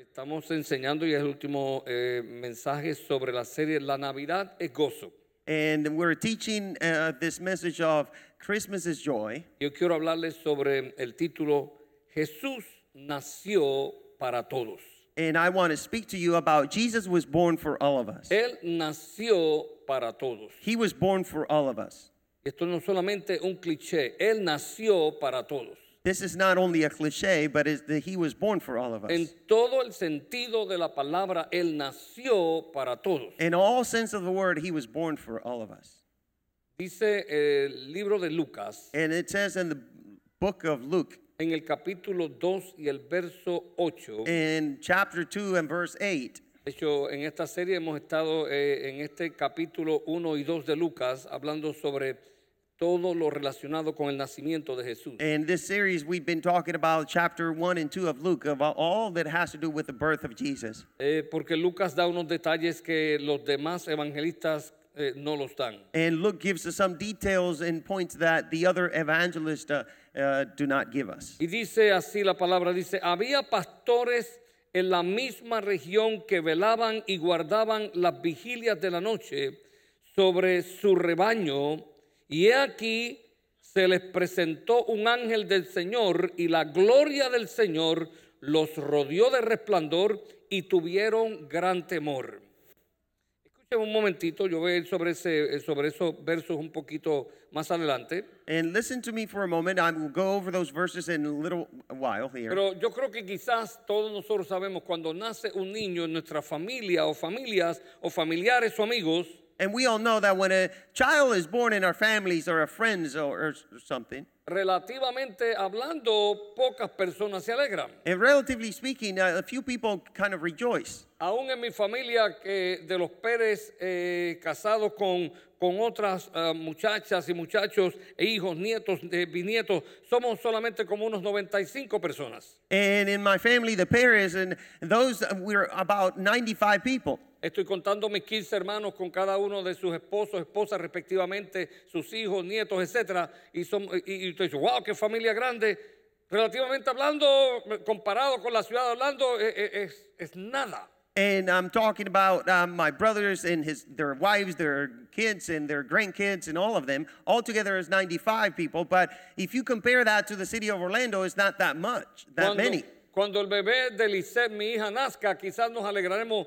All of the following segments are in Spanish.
Estamos enseñando y es el último eh, mensaje sobre la serie La Navidad es gozo. And we're teaching uh, this message of Christmas is joy. Yo quiero hablarles sobre el título Jesús nació para todos. And I want to speak to you about Jesus was born for all of us. Él nació para todos. He was born for all of us. Esto no es solamente un cliché, Él nació para todos. This is not only a cliche, but it's that He was born for all of us. En todo el sentido de la palabra, Él nació para todos. In all sense of the word, He was born for all of us. Dice el libro de Lucas And it says in the book of Luke, en el capítulo 2 y el verso 8. in chapter 2 and verse 8, De hecho, en esta serie hemos estado eh, en este capítulo 1 y 2 de Lucas hablando sobre todo lo relacionado con el nacimiento de Jesús. in this series, we've been talking about chapter 1 and 2 of Luke, about all that has to do with the birth of Jesus. Eh, porque Lucas da unos detalles que los demás evangelistas eh, no los dan. And Luke gives us some details and points that the other evangelists uh, uh, do not give us. Y dice así la palabra, dice, había pastores en la misma región que velaban y guardaban las vigilias de la noche sobre su rebaño, y he aquí se les presentó un ángel del Señor, y la gloria del Señor los rodeó de resplandor y tuvieron gran temor. Escuchen un momentito, yo voy a ir sobre, ese, sobre esos versos un poquito más adelante. And listen to me for a moment. I will go over those verses in a little while here. Pero yo creo que quizás todos nosotros sabemos cuando nace un niño en nuestra familia o familias o familiares o amigos, and we all know that when a child is born in our families or our friends or, or something, relativamente hablando, pocas personas se alegran. and relatively speaking, uh, a few people kind of rejoice. Aún en mi familia que de los Pérez eh, casados con, con otras ah, muchachas y muchachos, e hijos, nietos, eh, bisnietos, somos solamente como unos 95 personas. And in my family, the Paris, and those, uh, we're about 95 people. Estoy contando mis 15 hermanos con cada uno de sus esposos, esposas respectivamente, sus hijos, nietos, etcétera, y son y, y tú dices, "Wow, qué familia grande." Relativamente hablando, comparado con la ciudad de Orlando, e- e- es, es nada. And I'm talking about um, my brothers and his, their wives, their kids, and their grandkids, and all of them. Altogether is 95 people. But if you compare that to the city of Orlando, it's not that much, that Cuando, many. cuando el bebé de Lisette, mi hija, nazca, quizás nos alegraremos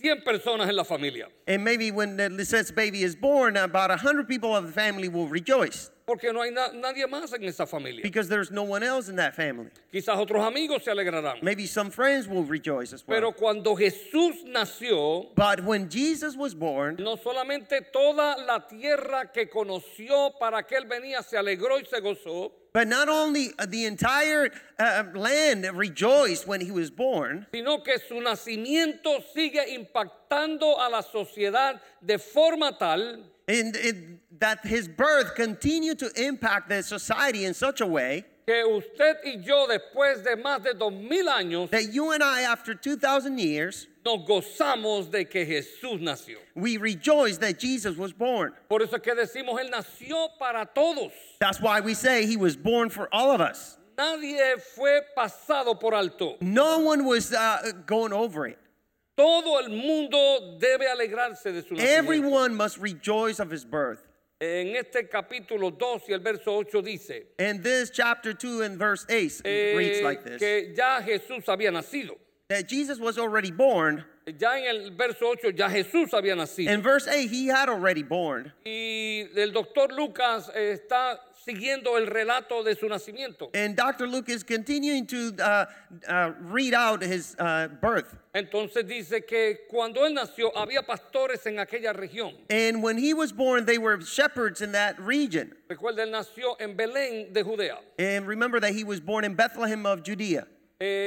100 personas en la familia, And maybe when the Lisette's baby is born, about 100 people of the family will rejoice porque no hay na- nadie más en esa familia. because there's no one else in that family. Quizás otros amigos se alegrarán. Maybe some friends will rejoice as well. Pero cuando Jesús nació, but when Jesus was born, No solamente toda la tierra que conoció para que él venía se alegró y se gozó, but not only the entire uh, land rejoiced when he was born, sino que su nacimiento sigue impactando a la sociedad de forma tal and it, that his birth continued to impact the society in such a way que usted y yo después de más de dos mil años that you and I, after 2,000 years, nos gozamos de que Jesús nació. we rejoice that Jesus was born. Por eso es que decimos, Él nació para todos. That's why we say he was born for all of us. Nadie fue pasado por alto. No one was uh, going over it. Todo el mundo debe alegrarse de su nacimiento. Everyone must rejoice of his birth. En este capítulo 2 y el verso 8 dice, And this chapter 2 and verse 8 eh, reads like this que ya Jesús había nacido. that Jesus was already born. Ya en el verso 8 ya Jesús había nacido. In verse 8, he had already born. y el doctor Lucas eh, está siguiendo el relato de su nacimiento. And Dr. Luke is continuing to uh, uh, read out his uh, birth. Entonces dice que cuando él nació había pastores en aquella región. And when he was born, they were shepherds in that region. Recuerda, él nació en Belén de Judea. And remember that he was born in Bethlehem of Judea.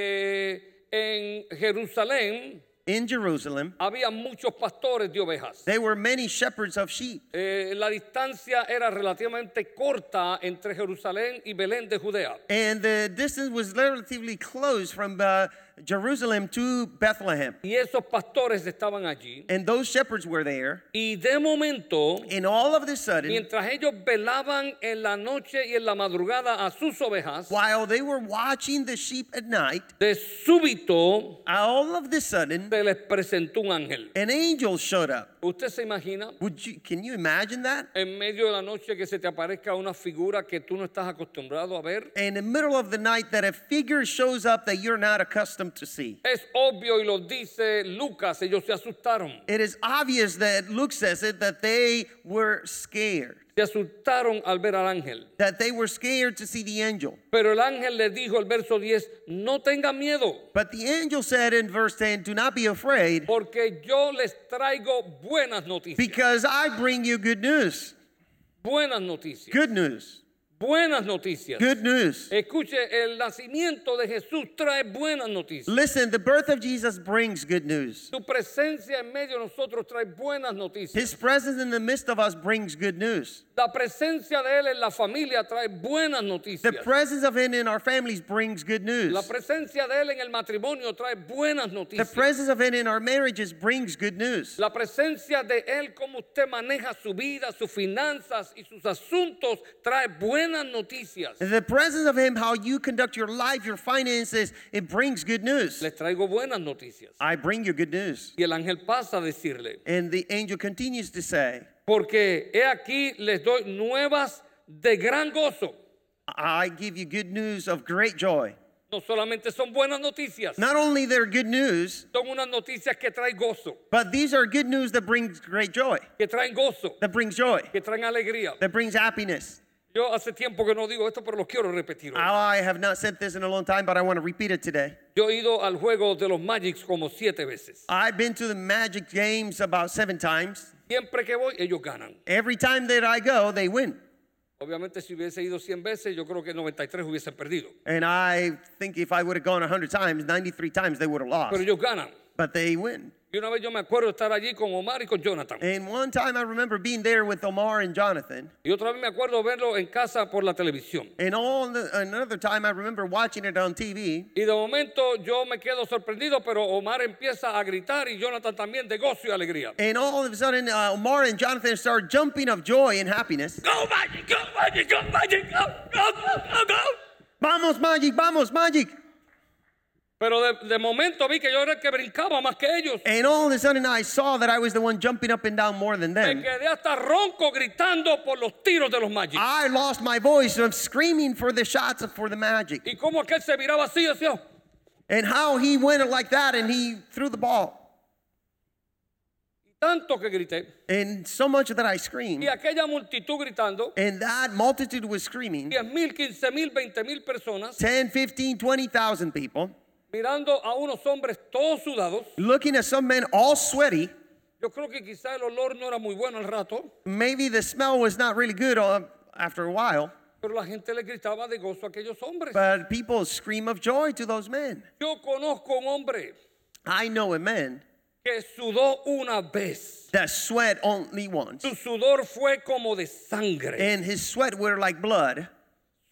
Eh, en Jerusalén In Jerusalem, había muchos pastores de ovejas. there were many shepherds of sheep. Eh, la distancia era relativamente corta entre Jerusalén y Belén de Judea. And the distance was relatively close from uh, Jerusalem to Bethlehem. Y esos pastores estaban allí. And those shepherds were there. Y de momento, And all of a sudden, mientras ellos velaban en la noche y en la madrugada a sus ovejas, while they were watching the sheep at night, de súbito all of a sudden, se les presentó un ángel. an angel showed up. ¿Usted se imagina Would you, can you imagine that? en medio de la noche que se te aparezca una figura que tú no estás acostumbrado a ver? In the middle of the night, that a figure shows up that you're not accustomed to see. Es obvio y lo dice Lucas, ellos se asustaron. It is obvious that Luke says it that they were scared, Se asustaron al ver al ángel. that they were scared to see the angel. Pero el ángel les dijo, el verso 10, no tengan miedo, But the angel said in verse 10, Do not be afraid, porque yo les traigo buenas noticias. because I bring you good news. Buenas noticias. Good news. Buenas noticias. Good news. Escuche, el nacimiento de Jesús trae buenas noticias. Listen, the birth of Jesus brings good news. Su presencia en medio de nosotros trae buenas noticias. His presence in the midst of us brings good news. La presencia de Él en la familia trae buenas noticias. The presence of Him in our families brings good news. La presencia de Él en el matrimonio trae buenas The noticias. presence of it in our marriages brings good news. La presencia de Él, cómo usted maneja su vida, sus finanzas y sus asuntos, trae buenas noticias. The presence of Him, how you conduct your life, your finances, it brings good news. Les traigo buenas noticias. I bring you good news. Y el ángel pasa a decirle, And the angel continues to say, porque he aquí les doy nuevas de gran gozo. I give you good news of great joy. No solamente son buenas noticias, Not only they're good news, son unas noticias que traen gozo, but these are good news that brings great joy, que traen gozo, that brings joy, que traen alegría. that brings happiness. Yo hace tiempo que no digo esto, pero lo quiero repetir. hoy. I have not said this in a long time, but I want to repeat it today. Yo he ido al juego de los Magics como siete veces. I've been to the Magic games about seven times. Siempre que voy, ellos ganan. Every time that I go, they win. Obviamente, si hubiese ido 100 veces, yo creo que 93 hubiesen perdido. And I think if I would have gone 100 times, 93 times, they would have lost. Pero ellos ganan. But they win. Y una vez yo me acuerdo estar allí con Omar y con Jonathan. And one time I remember being there with Omar and Jonathan. Y otra vez me acuerdo verlo en casa por la televisión. And all the, another time I remember watching it on TV. Y de momento yo me quedo sorprendido, pero Omar empieza a gritar y Jonathan también de gozo y alegría. And all of a sudden, uh, Omar and Jonathan start jumping of joy and happiness. Go Magic, go Magic, go Magic, go, go, go, go, go. Vamos, Magic! Vamos, Magic! Pero de, de momento vi que yo era el que brincaba más que ellos. And all of a sudden, I saw that I was the one jumping up and down more than Me them. quedé hasta ronco gritando por los tiros de los Magic. I lost my voice of screaming for the shots for the Magic. Y como aquel se miraba así, decía, And how he went like that and he threw the ball. tanto que grité. And so much that I screamed. Y aquella multitud gritando, And that multitude was screaming 10 mil, 15 mil, 20 mil personas, 10, 15, 20,000 people, mirando a unos hombres todos sudados. looking at some men all sweaty. Yo creo que quizá el olor no era muy bueno al rato, Maybe the smell was not really good uh, after a while, pero la gente le gritaba de gozo a aquellos hombres. but people scream of joy to those men. Yo conozco un hombre I know a man que sudó una vez. that sweat only once, Su sudor fue como de sangre. and his sweat were like blood.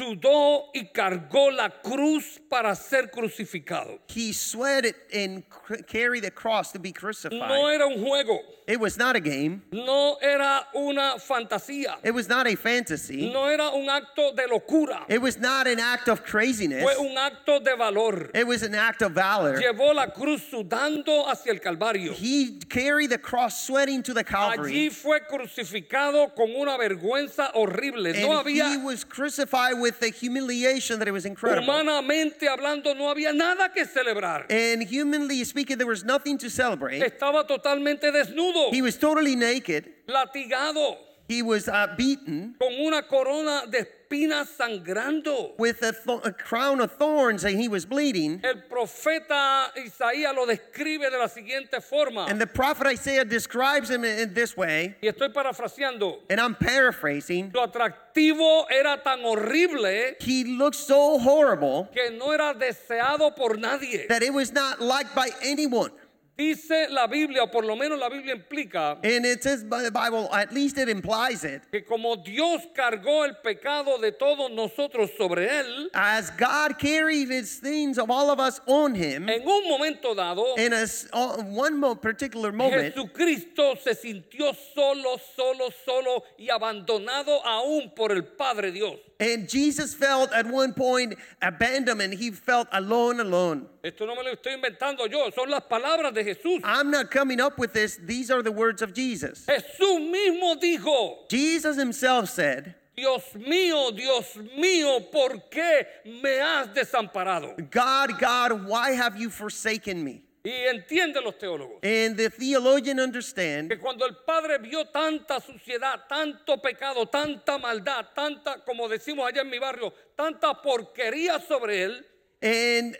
Sudó y cargó la cruz para ser crucificado. He sweated and c- carried the cross to be No crucified. era un juego, It was not a game. no era una fantasía, It was not a fantasy. no era un acto de locura. It was not an act of craziness. Fue un acto de valor. It was an act of valor. Llevó la cruz sudando hacia el Calvario. Eh. He carried the cross sweating to the Allí Calvary. fue crucificado con una vergüenza horrible. No And he había, was crucified with the humiliation that it was incredible. humanamente hablando, no había nada que celebrar. And humanly speaking, there was nothing to celebrate. Estaba totalmente desnudo, He was totally naked. latigado, He was uh, beaten con una corona de espinas sangrando. with a, th- a crown of thorns and he was bleeding. El profeta Isaías lo describe de la siguiente forma, And the prophet Isaiah describes him in this way, y estoy parafraseando. and I'm paraphrasing. Su atractivo era tan horrible He looked so horrible que no era deseado por nadie. Eh. that it was not liked by anyone. Dice la Biblia, o por lo menos la Biblia implica, And it says by the Bible, at least it implies it, que como Dios cargó el pecado de todos nosotros sobre él, as God carried his things of all of us on him, en un momento dado, in a, s- uh, one mo- particular moment, Jesucristo se sintió solo, solo, solo y abandonado aún por el Padre Dios. and Jesus felt at one point abandonment. He felt alone, alone. Esto no me lo estoy inventando yo, son las palabras de Jesús. I'm not coming up with this. These are the words of Jesus. Jesús mismo dijo, Jesus himself said, Dios mío, Dios mío, ¿por qué me has desamparado? God, God, why have you forsaken me? Y entienden los teólogos And the theologian understand que cuando el Padre vio tanta suciedad, tanto pecado, tanta maldad, tanta, como decimos allá en mi barrio, tanta porquería sobre él, and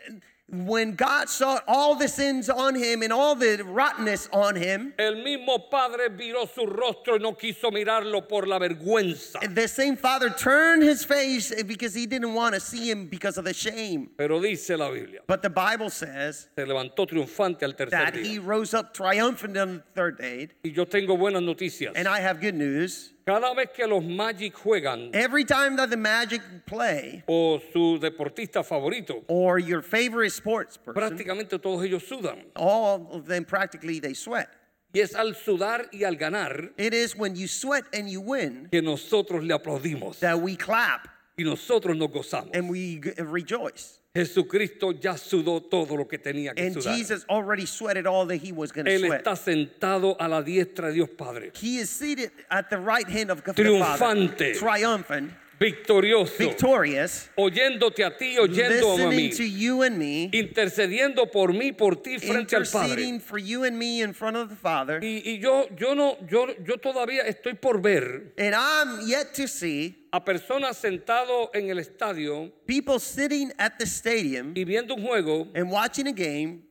when God saw all the sins on him and all the rottenness on him, El mismo padre viró su rostro y no quiso mirarlo por la vergüenza. the same father turned his face because he didn't want to see him because of the shame. Pero dice la Biblia, But the Bible says se levantó triunfante al tercer that he día. rose up triumphant on the third day. Y yo tengo buenas noticias. And I have good news. Cada vez que los Magic juegan Every time that the Magic play o su deportista favorito, or your favorite sports person, prácticamente todos ellos sudan. all of them practically they sweat. Y es al sudar y al ganar It is when you sweat and you win que nosotros le aplaudimos that we clap y nosotros nos gozamos. and we g- rejoice. Jesucristo ya sudó todo lo que tenía que And sudar. Jesus already sweated all that he was going to Él sweat. está sentado a la diestra de Dios Padre, He is seated at the right hand of God the Father, Triunfante. triumphant, victorioso. victorious, oyéndote a ti, oyendo a mí, listening to you and me, intercediendo por mí, por ti frente al Padre. interceding for you and me in front of the Father. Y, y yo, yo no, yo, yo todavía estoy por ver And I'm yet to see a personas sentados en el estadio people sitting at the stadium y viendo un juego and watching a game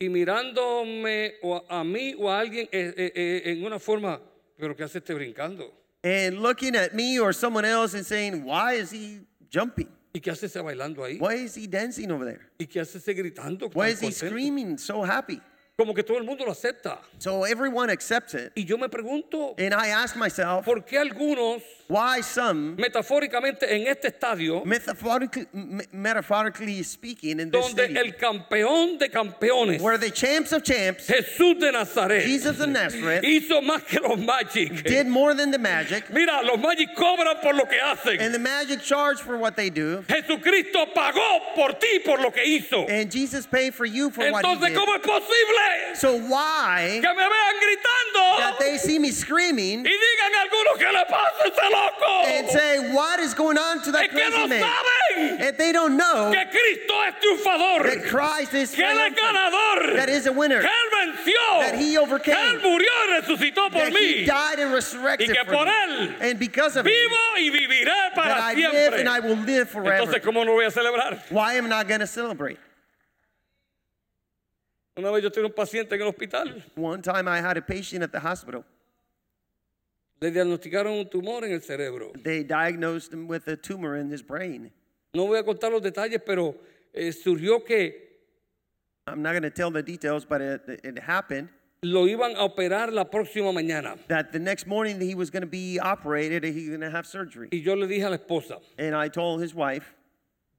y mirándome o a, a mí o a alguien eh, eh, eh, en una forma, pero ¿qué hace este brincando? and looking at me or someone else and saying, Why is he jumping? ¿Y qué hace ese bailando ahí? Why is he dancing over there? ¿Y qué hace ese gritando? tan Why is he contento? screaming so happy? Como que todo el mundo lo acepta. So everyone accepts it. Y yo me pregunto, And I ask myself, ¿por qué algunos, why some, metafóricamente, en este estadio, metaphorically, m- metaphorically speaking, in this donde stadium, el campeón de campeones, where the champs of champs Jesús de Nazaret, Jesus of Nazareth. hizo más que los Magic. did more than the Magic, Mira, los Magic cobran por lo que hacen. and the Magic charge for what they do, Jesucristo pagó por ti por lo que hizo. and Jesus paid for you for what he Entonces, did. ¿cómo es posible So why que me vean that gritando they see me screaming y digan algunos que le pasa ese and loco? say, what is going on to that Es que crazy no man? saben If they don't know que Cristo es that triunfador, Christ is que Él es triumphant, ganador, that is a winner, que Él that venció, he que overcame, Él murió y resucitó por that he mí. died and resurrected Y que for por me. él and because of it, vivo y viviré that para I live siempre. and I will live forever. Entonces, ¿cómo lo voy a celebrar? why am I not going to celebrate? Una vez yo tenía un paciente en el hospital, One time I had a patient at the hospital. le diagnosticaron un tumor en el cerebro. They diagnosed him with a tumor in his brain. No voy a contar los detalles, pero eh, surgió que I'm not going to tell the details, but it, it happened lo iban a operar la próxima mañana. that the next morning he was going to be operated and he was going to have surgery. Y yo le dije a la esposa, And I told his wife,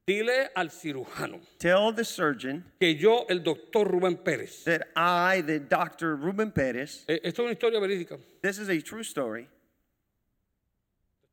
dile al cirujano tell the surgeon que yo, el doctor Rubén Pérez, that I, the doctor Ruben Perez, eh, esto es una historia verídica, this is a true story.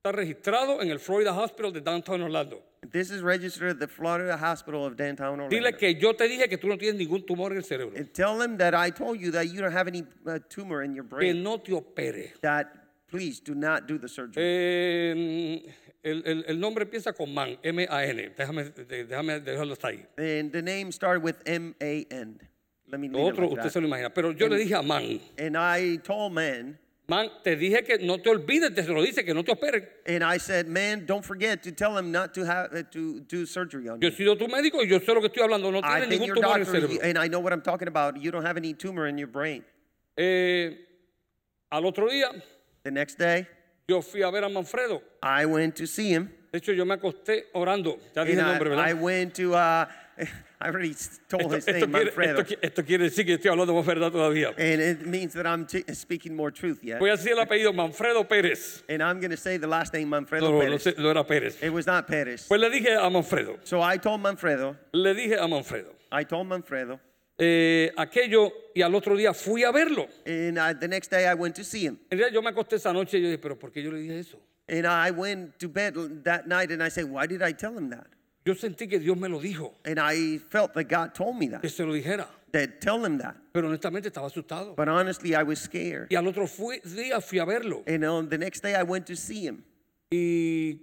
está registrado en el Florida Hospital de Downtown Orlando. This is registered at the Florida Hospital of Downtown Orlando. Dile que yo te dije que tú no tienes ningún tumor en el cerebro. And tell them that I told you that you don't have any uh, tumor in your Que brain. no te opere. That please do not do the surgery. Eh, el, el- el nombre empieza con MAN, M-A-N. Déjame, de- déjame dejarlo hasta ahí. And the name started with M A N. Let me Lo leave it otro like usted that. se lo imagina. Pero yo le dije a MAN, And I told man, MAN, te dije que no te olvides, te lo dice, que no te operen. and I said, man, don't forget to tell him not to have uh, to do surgery on Yo he you. sido tu médico y yo sé lo que estoy hablando. No I've tienes been ningún your tumor en el doctor, eh. you- cerebro. and I know what I'm talking about. You don't have any tumor in your brain. Eh, al otro día, The next day, yo fui a ver a Manfredo. I went to see him, De hecho, yo me acosté orando. Ya dije and el I, nombre, I ¿verdad? went to. Uh, I already s- told Esto, his esto name, quiere, Manfredo. Eh. esto qui- esto quiere decir que estoy hablando más verdad todavía. And it means that I'm t- speaking more truth yet. Voy a decir el apellido Manfredo Pérez. And I'm going to say the last name Manfredo No, no, no, Perez. sé, no era Pérez. It was not Perez. Pues le dije a Manfredo, So I told Manfredo, le dije a Manfredo, I told Manfredo, eh, aquello y al otro día fui a verlo. and I, the next day I went to see him. En realidad yo me acosté esa noche y yo dije, pero ¿por qué yo le dije eso? And I went to bed l- that night and I said, Why did I tell him that? Yo sentí que Dios me lo dijo, And I felt that God told me que that, se lo dijera, that tell him that. pero honestamente estaba asustado. But honestly, I was scared. Y al otro fui- día fui a verlo. And on the next day, I went to see him. Y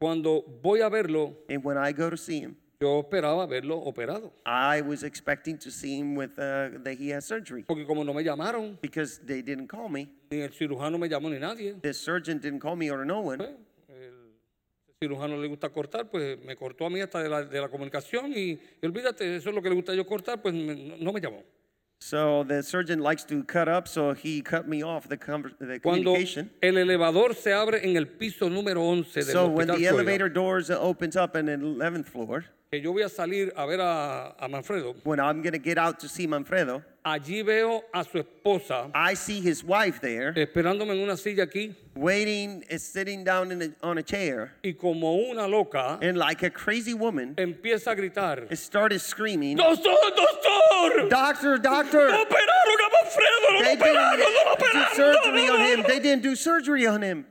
cuando voy a verlo, And when I go to see him, yo esperaba verlo operado. I was expecting to see him with uh, that he has surgery Porque como no me llamaron, because they didn't call me. ni el cirujano me llamó ni nadie. The surgeon didn't call me or no one. Pues, el cirujano le gusta cortar, pues me cortó a mí hasta de la, de la comunicación y, y olvídate, eso es lo que le gusta a yo cortar, pues me- no, no me llamó. So the surgeon likes to cut up, so he cut me off the, conver- the Cuando communication. el elevador se abre en el piso número 11 del So hospital when the Suega, elevator doors opens up in the 11th floor, que yo voy a salir a ver a, a Manfredo, when I'm going to get out to see Manfredo, allí veo a su esposa I see his wife there esperándome en una silla aquí waiting, is sitting down in a, on a chair, y como una loca and like a crazy woman, empieza a gritar, started screaming, ¡Doctor, doctor! Doctor, doctor! ¡Lo operaron a Manfredo! ¡Lo They didn't operaron! ¡Lo do operaron! surgery ¡No, on no, him. no". They didn't do surgery on him.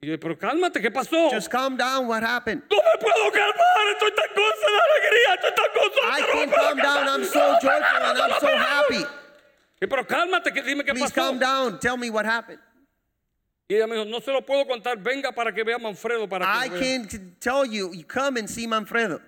Y yo, pero cálmate, ¿qué pasó? Just calm down. What happened? No me puedo calmar, estoy tan gozo de alegría, estoy tan gozo. I no me can't puedo calm calmar, down. I'm no so me joyful puedo and I'm so calmar. happy. Y, Pero cálmate, que dime qué Please pasó. calm down. Tell me what happened. Y ella me dijo, no se lo puedo contar, venga para que vea a Manfredo. Para que I lo vea". can't tell you. You come and see Manfredo.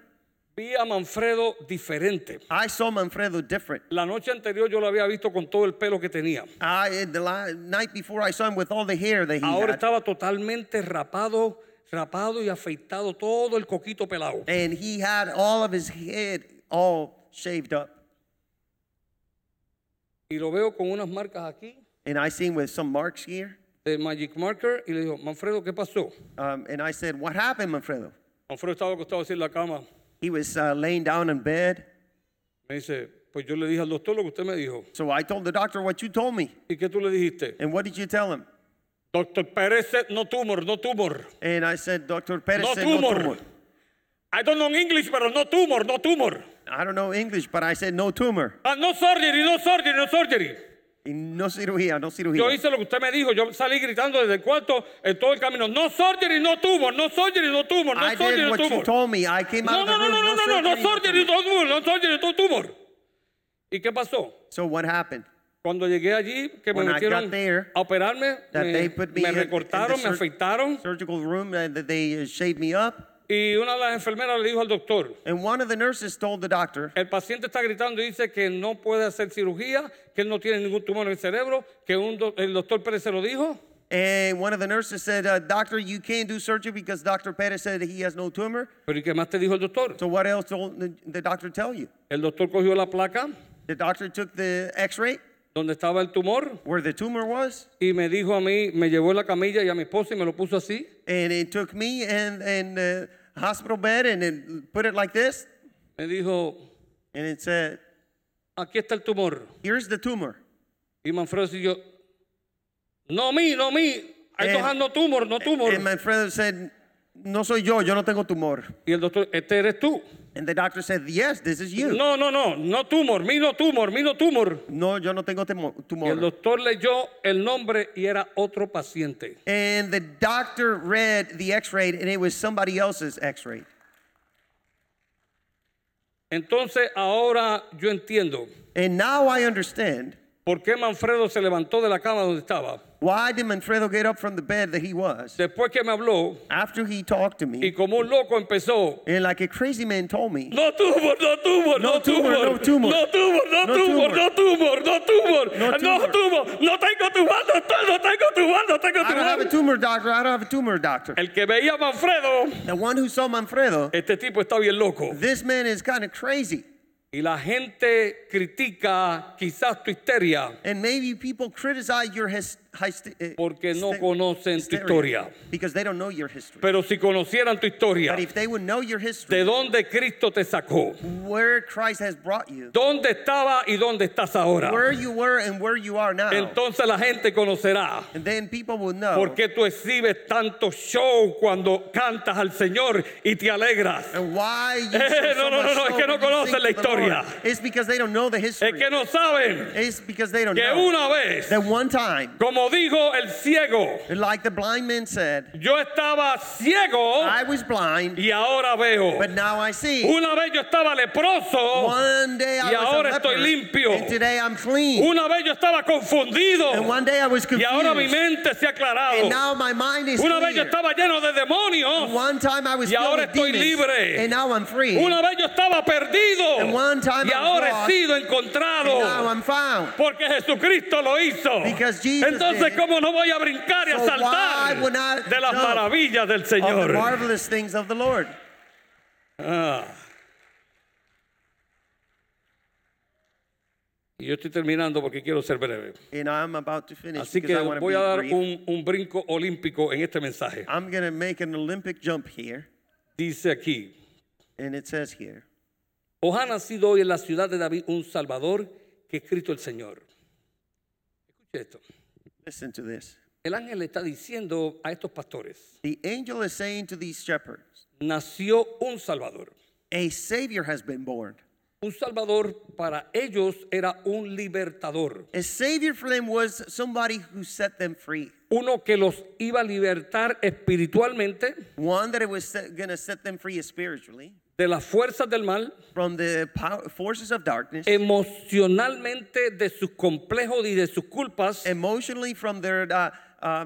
Vi a Manfredo diferente. I saw Manfredo different. La noche anterior yo lo había visto con todo el pelo que tenía. I eh, the la- night before I saw him with all the hair that he Ahora had, estaba totalmente rapado, rapado y afeitado, todo el coquito pelado. and he had all of his head all shaved up. Y lo veo con unas marcas aquí And I seen with some marks here. de Magic Marker y le digo, Manfredo, ¿qué pasó? Um, and I said, "What happened, Manfredo?" Manfredo estaba acostado así en la cama. He was uh, laying down in bed. Me dice, pues yo le dije al doctor lo que usted me dijo. So I told the doctor what you told me. ¿Y qué tú le dijiste? And what did you tell him? Doctor Pérez, said no tumor, no tumor. And I said, Dr. Perez No said tumor. no tumor. I don't know English, pero no tumor, no tumor. I don't know English, but I said no tumor. Ah, no surgery, no surgery, no surgery. Y No cirugía, no Yo cirugía. hice lo que usted me dijo. Yo salí gritando desde el cuarto en todo el camino. No surgery, no tumor, no surgery, no tumor, no I surgery, did no what you tumor. told me. I came out No, of the no, no, room. no, no, no, no, no surgery, surgery, no tumor, no surgery, no tumor. ¿Y qué pasó? So what happened? Cuando llegué allí, que me When I metieron got there, a operarme, That me, they put me me in- in the recortaron, me sur- afeitaron. surgical room and that they uh, shaved me up. Y una de las enfermeras le dijo al doctor, And one of the nurses told the doctor, el paciente está gritando y dice que no puede hacer cirugía, que él no tiene ningún tumor en el cerebro, que un do- el doctor Pérez se lo dijo. and one of the nurses said, uh, Doctor, you can't do surgery because Dr. Perez said that he has no tumor. Pero ¿y qué más te dijo el doctor? So what else told the, the doctor tell you? El doctor cogió la placa The doctor took the x ray donde estaba el tumor where the tumor was. y me dijo a mí, me llevó en la camilla y a mi esposa y me lo puso así. and it took me and and the hospital bed and it put it like this Me dijo, and it said aquí está el tumor. here's the tumor Y Manfredo siguió, no mí, no mí, I don't And- have no tumor, no tumor. and my friend said no soy yo yo no tengo tumor Y el doctor, este eres tú. and the doctor said yes this is you No, no, no, no tumor, mi no tumor, mi no tumor. no yo no tengo temo- Y el tumor doctor leyó el nombre y era otro paciente. and the doctor read the x-ray and it was somebody else's x-ray Entonces ahora yo entiendo and now i understand por qué Manfredo se levantó de la cama donde estaba. why did manfredo get up from the bed that he was Después que me habló after he talked to y me como un loco empezó. and like a crazy man told me No tumor, no tumor, no, No tumor, no tumor. No tumor, no, No tumor, tumor. no tumor, no tumor. No No tumor. tumor, no tengo tumor, no, te- no tengo tumor, no tengo i don't have tumor. a tumor doctor i don't have a tumor doctor El que veía a Manfredo, the one who saw manfredo este tipo está bien loco. This man is kind of crazy. Y la gente critica quizás tu histeria. And maybe people criticize your hys- high sti- eh, Porque no sti- conocen tu hysteria, historia. Because they don't know your history. Pero si conocieran tu historia, But if they would know your de history, dónde Cristo te sacó, where Christ has brought you, dónde estaba y dónde estás ahora, where you were and where you are now, entonces la gente conocerá. and then people will know. ¿Por qué tú exhibes tanto show cuando cantas al Señor y te alegras? And why you Eh, no, no, show so much no, no, es show que no when you conocen la sing to the historia. Lord? It's because they don't know the history. Es que no saben It's because they don't que know. una vez, That one time, como dijo el ciego, like the blind man said, yo estaba ciego I was blind, y ahora veo. but now I see. Una vez yo estaba leproso, One day I Y was ahora a leper, estoy limpio. and today I'm clean. una vez yo estaba confundido and one day I was y confused, ahora mi mente se ha aclarado. and now my mind is Una vez yo clear. estaba lleno de And demonios, one time I was Y filled ahora with estoy demons, libre. and now I'm free. una vez yo estaba And perdido one time y I was ahora lost, he sido and now encontrado. I'm found. Porque Jesucristo lo hizo. Because Jesus Entonces, did. ¿cómo no voy a brincar y a So saltar why would I de las jump maravillas del Of the Señor? marvelous things of the Lord. Ah. Y yo estoy terminando porque quiero ser breve. And I'm about to finish Así because que I want to voy be a dar brief. un, un brinco olímpico en este mensaje. I'm going to make an Olympic jump here, Dice aquí, and it says here, Os ha nacido hoy en la ciudad de David un Salvador que es Cristo el Señor. Escuche esto. listen to this. El ángel le está diciendo a estos pastores, The angel is saying to these shepherds, nació un Salvador. a savior has been born. Un Salvador para ellos era un libertador, A savior for them was somebody who set them free. uno que los iba a libertar espiritualmente One that it was going to set them free spiritually de las fuerzas del mal, from the pow- forces of darkness, emocionalmente de sus complejos y de sus culpas, emotionally from their uh, uh,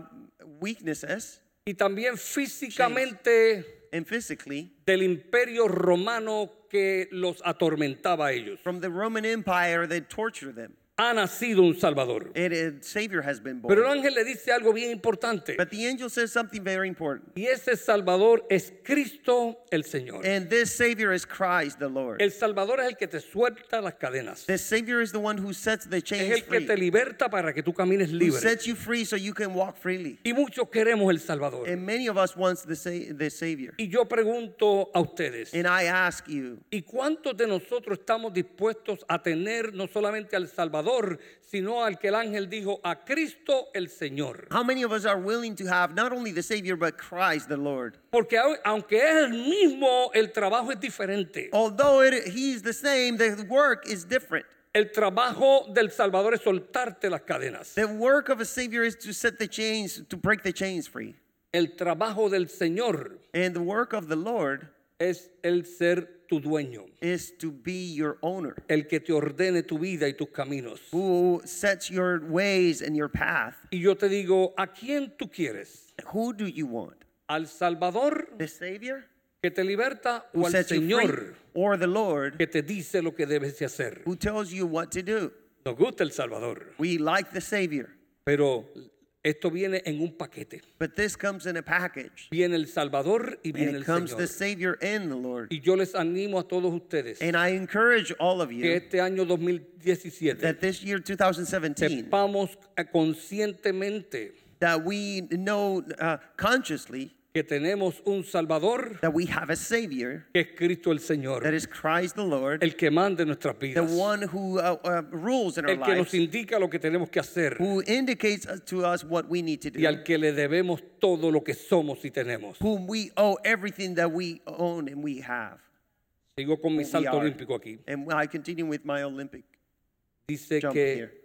weaknesses, y también físicamente and physically del imperio romano que los atormentaba a ellos. from the Roman Empire that tortured them. ha nacido un Salvador. And a savior has been born. Pero el ángel le dice algo bien importante. But the angel says something very important. Y ese Salvador es Cristo el Señor. And this Savior is Christ the Lord. El Salvador es el que te suelta las cadenas. This Savior is the one who sets the Es chains el que free. te liberta para que tú camines Who libre. sets you free so you can walk freely. Y muchos queremos el Salvador. And many of us wants the, sa- the Savior. Y yo pregunto a ustedes, And I ask you, ¿y cuántos de nosotros estamos dispuestos a tener no solamente al Salvador, sino al que el ángel dijo, a Cristo el Señor? how many of us are willing to have not only the Savior but Christ the Lord? Porque au- aunque es el mismo, el trabajo es diferente. Although it, He's the same, the work is different. El trabajo del Salvador es soltarte las cadenas. The work of a Savior is to set the chains, to break the chains free. El trabajo del Señor And the work of the Lord es el ser tu dueño, is to be your owner, el que te ordene tu vida y tus caminos. who sets your ways and your path. Y yo te digo, ¿a quién tú quieres? Who do you want? ¿Al Salvador The Savior? que te liberta who o al sets you free, Señor or the Lord que te dice lo que debes de hacer? who tells you what to do. Nos gusta el Salvador, We like the Savior, pero esto viene en un paquete. but this comes in a package. Viene el Salvador y And viene it el comes the Señor. Savior and the Lord. Y yo les animo a todos ustedes And I encourage all of que you este año 2017 that this year 2017 sepamos eh, conscientemente that we know uh, consciously que tenemos un Salvador that we have a Savior que es Cristo el that Señor, is Christ the Lord, el que manda nuestras the vidas, one who uh, uh, rules in our el que nos lives, indica lo que tenemos que hacer who indicates to us what we need to y al do, que le debemos todo lo que somos y tenemos. whom we owe everything that we own and we have. Sigo con mi we salto are. olímpico aquí. And I continue with my Olympic Dice Jump here. que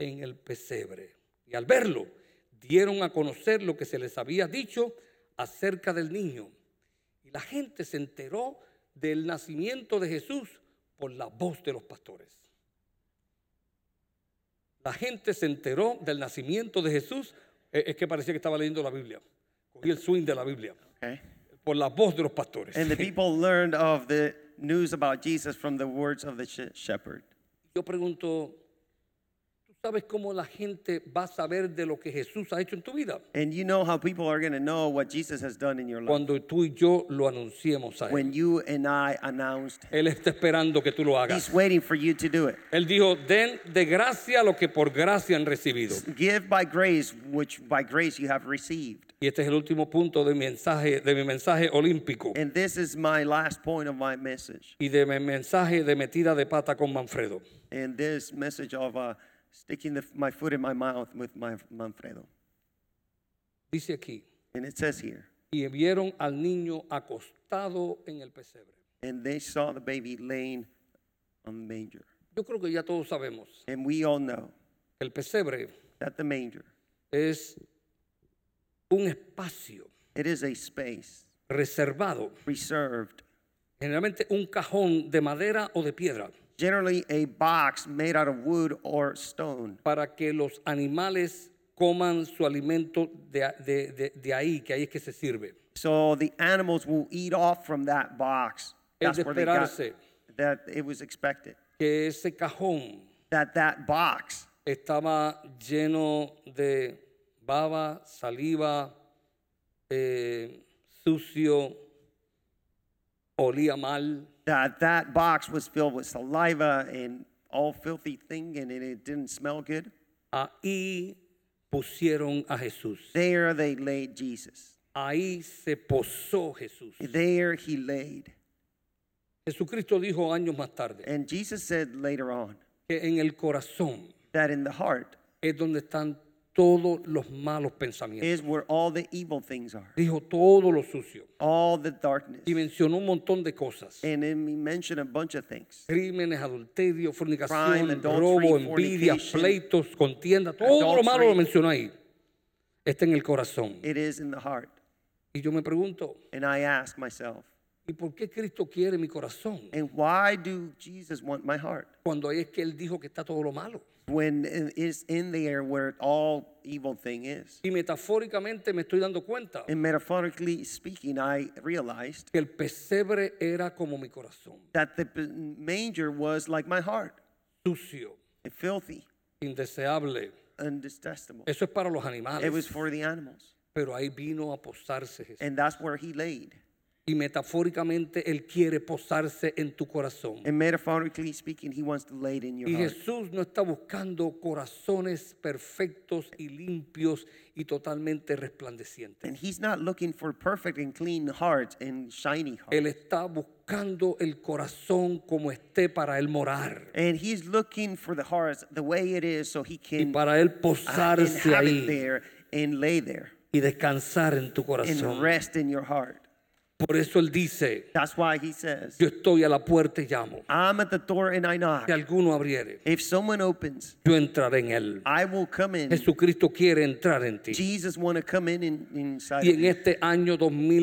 en el pesebre. Y al verlo, dieron a conocer lo que se les había dicho acerca del niño. Y la gente se enteró del nacimiento de Jesús por la voz de los pastores. La gente se enteró del nacimiento de Jesús. Eh, Es que parecía que estaba leyendo la Biblia. Cogí el swing de la Biblia. Okay? Por la voz de los pastores. And the people learned of the news about Jesus from the words of the she- shepherd. Yo pregunto, ¿tú sabes cómo la gente va a saber de lo que Jesús ha hecho en tu vida? And you know how people are going to know what Jesus has done in your life Cuando tú y yo lo anunciemos a Él. when you and I announced. Él está esperando que tú lo hagas. He's waiting for you to do it. Él dijo, den de gracia lo que por gracia han recibido. Give by grace, which by grace you have received. Y este es el último punto de mi mensaje, de mi mensaje olímpico And this is my last point of my message. y de mi mensaje de metida de pata con Manfredo. And this message of uh, sticking the, my foot in my mouth with my Manfredo. Dice aquí, And it says here, y vieron al niño acostado en el pesebre. and they saw the baby laying on the manger. Yo creo que ya todos sabemos, And we all know que el pesebre that the manger, es un espacio it is a space reservado, reserved, generalmente un cajón de madera o de piedra, generally a box made out of wood or stone, para que los animales coman su alimento de, a- de- de- de ahí, que ahí es que se sirve. so the animals will eat off from that box. Es de they got- esperarse. that it was expected. Que ese cajón That that box estaba lleno de baba, saliva, eh, sucio, olía mal. that that box was filled with saliva and all filthy thing and it, it didn't smell good Ahí pusieron a Jesús. there they laid jesus Ahí se posó Jesús. there he laid Jesucristo dijo años más tarde and jesus said later on que en el corazón that in the heart es donde están todos los malos pensamientos. is where all the evil things are Dijo todo lo sucio all the darkness y mencionó un montón de cosas. and then he mentioned a bunch of things Crímenes, adulterio, fornicación, Crime, adultery, robo, envidia, fornication, pleitos, contienda, todo lo adultery. malo lo mencionó ahí. Está en el corazón. it is in the heart Y yo me pregunto, and i ask myself ¿y por qué Cristo quiere mi corazón? and why do jesus want my heart Cuando ahí es que Él dijo que está todo lo malo. when it is in there where all evil thing is Y metafóricamente me estoy dando cuenta And metaphorically speaking, I realized que el pesebre era como mi corazón, that the b- manger was like my heart, sucio, and filthy, indeseable. and detestable. Eso es para los It was animales. for the animals. Pero ahí vino a posarse Jesús. And that's where he laid. Y metafóricamente Él quiere posarse en tu corazón. And metaphorically speaking, he wants to lay it in your Y heart. Jesús no está buscando corazones perfectos y limpios y totalmente resplandecientes. And he's not looking for perfect and clean hearts and shiny hearts. Él está buscando el corazón como esté para Él morar And he's looking for the hearts the way it is so he y can para Él uh, posarse inhabit ahí there and lay there y descansar en tu and corazón. rest in your heart. Por eso Él dice, That's why he says, yo estoy a la puerta y llamo. I'm at the door and I knock. Si alguno abriere, If someone opens, yo entraré en Él. I will come in. Jesucristo quiere entrar en ti. Jesus want to come in, in inside Y of en you. este año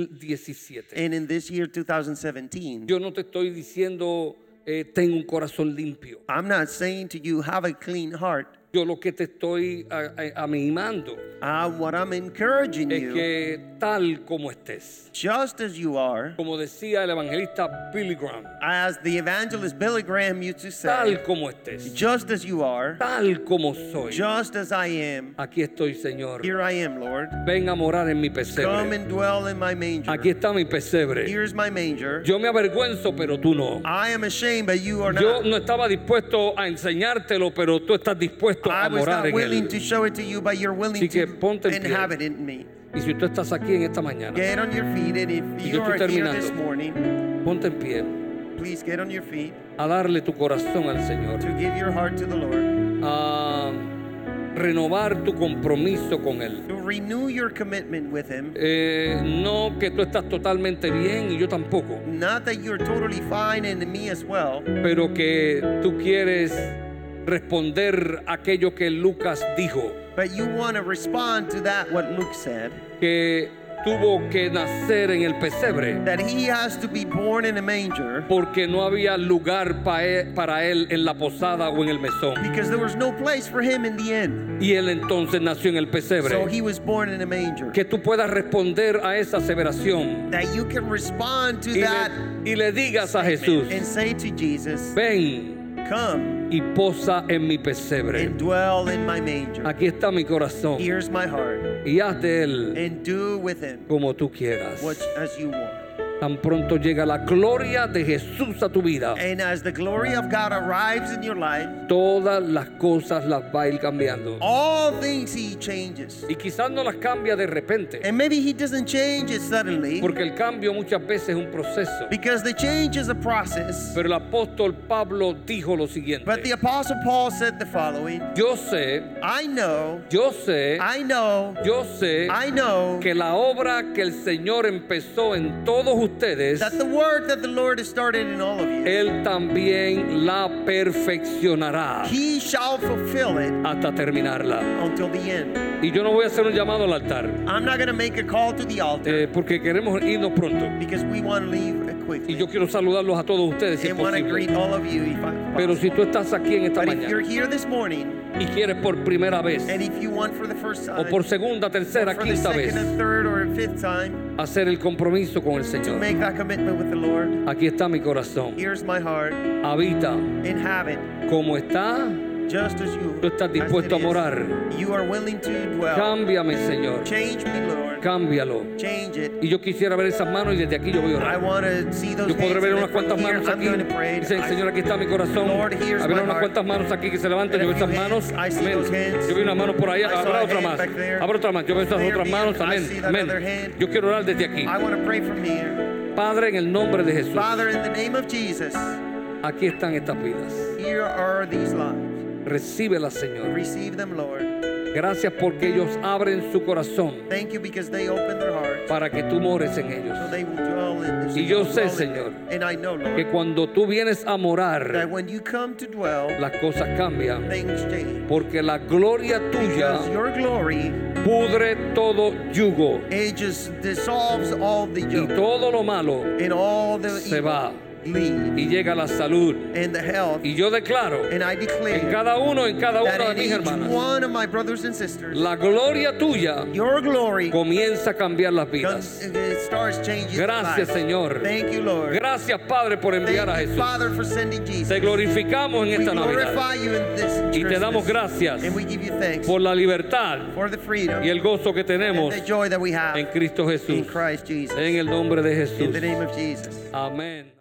2017, And in this year 2017, yo no te estoy diciendo, eh, tengo un corazón limpio. I'm not saying to you have a clean heart. Yo lo que te estoy a- a- animando Uh, what I'm encouraging es you, que tal como estés, just as you are, como decía el evangelista Billy Graham, as the evangelist Billy Graham used to say, tal como estés, just as you are, tal como soy, just as I am, aquí estoy, Señor. here I am, Lord. Ven a morar en mi Come pesebre. and dwell in my Aquí manger. está mi pesebre. Here's my manger. Yo me avergüenzo, pero tú no. I am ashamed, but you are Yo not. no estaba dispuesto a enseñártelo, pero tú estás dispuesto I a was morar not en willing él. to show it to you, but you're willing Así que ponte en to pie. inhabit it in me. Y si tú estás aquí en esta mañana, Get on your feet, and if yo you are estoy here terminando. this morning, ponte en pie please get on your feet a darle tu corazón al Señor. to give your heart to the Lord, a renovar tu compromiso con Él. to renew your commitment with Him. Eh, no que tú estás totalmente bien y yo tampoco, Not that you're totally fine and me as well, pero que tú quieres responder aquello que Lucas dijo, but you want to respond to that what Luke said, que tuvo que nacer en el pesebre that he has to be born in a manger porque no había lugar pa- e- para él en la posada o en el mesón. because there was no place for him in the inn. Y él entonces nació en el So pesebre. he was born in a manger. Que tú puedas responder a esa aseveración That you can respond to y le, that y le digas a Jesús, and say to Jesus, ven Come y posa en mi pesebre. and dwell in my manger. Aquí está mi corazón Here's my heart y haz de él and do with him como tú quieras. what as you want. Tan pronto llega la gloria de Jesús a tu vida. And as the glory of God arrives in your life, Todas las cosas las va a ir cambiando. all things he changes. Y quizás no las cambia de repente, And maybe he doesn't change it suddenly porque el cambio muchas veces es un proceso. because the change is a process. Pero el apóstol Pablo dijo lo But the siguiente. apostle Paul said the following, Yo sé, I know, yo sé, I know, yo sé I know que la obra que el Señor empezó en todos ustedes, that the word that the Lord has started in all of you, Él también la perfeccionará he shall fulfill it hasta terminarla. until the end. Y yo no voy a hacer un llamado al altar, I'm not going to make a call to the altar eh, porque queremos irnos pronto. because we want to leave Y quickly. yo quiero saludarlos a todos ustedes, si es and want to greet posible. all of you if I Pero si tú estás aquí en esta But if you're mañana here this morning y quieres por primera vez, and if you want for the first time, o por segunda, tercera, for the quinta second vez, and third or fifth time, hacer el compromiso con el to Señor. make that commitment with the Lord, Aquí está mi corazón. here's my heart, Habita inhabit como está. just as you Tú estás as it dispuesto a is. morar. You are willing to dwell. Cámbiame, Señor. Change me, Lord. Cámbialo. Change it. Y yo quisiera ver esas manos y desde aquí yo voy a I orar. want to see those Yo podré hands ver and unas from cuantas here, manos I'm aquí. going to pray. Dicen, I- Señor, aquí está mi corazón. Lord, here's Habrá my unas heart. cuantas manos aquí que se levantan. Yo veo esas manos. I see Amén. those hands. Yo veo una mano por ahí. I saw Habrá a otra hand más. back there. Habrá otra más. Yo veo esas There otras be- manos. I Amén. see that Amén. other hand. Yo quiero orar desde aquí. I want to pray from here. Padre, en el nombre de Jesús, Father, in the name of Jesus, aquí están estas vidas. here are these lives. Recíbelas, Señor. Receive them, Lord. Gracias porque ellos abren su corazón Thank you because they open their heart para que tú mores en ellos. so they will dwell in this. Y yo will sé, dwell in them. Señor, And I know, Que Lord, cuando tú vienes a that morar, when you come to dwell, las cosas cambian. things change. Porque la gloria tuya Because your glory, pudre todo yugo it just dissolves all the y yoke todo lo malo and all the se evil va leave y llega la salud. and the health. Y yo declaro And I en declare cada uno, en cada una de that in mis each hermanas, one of my brothers and sisters, la gloria tuya your glory comienza a cambiar las vidas. Guns- it starts changing Gracias, lives. Señor. Thank you, Lord. Gracias, Padre, por enviar a Thank you, Jesús. Father, for sending Jesus. Te glorificamos en We esta Navidad glorify you in this Y te damos Christmas. gracias And we give you thanks por la libertad for the freedom y el gozo que and tenemos the joy that we have en Cristo in Jesús. Christ Jesus. En el nombre de In Jesús. the name of Jesus. Amén.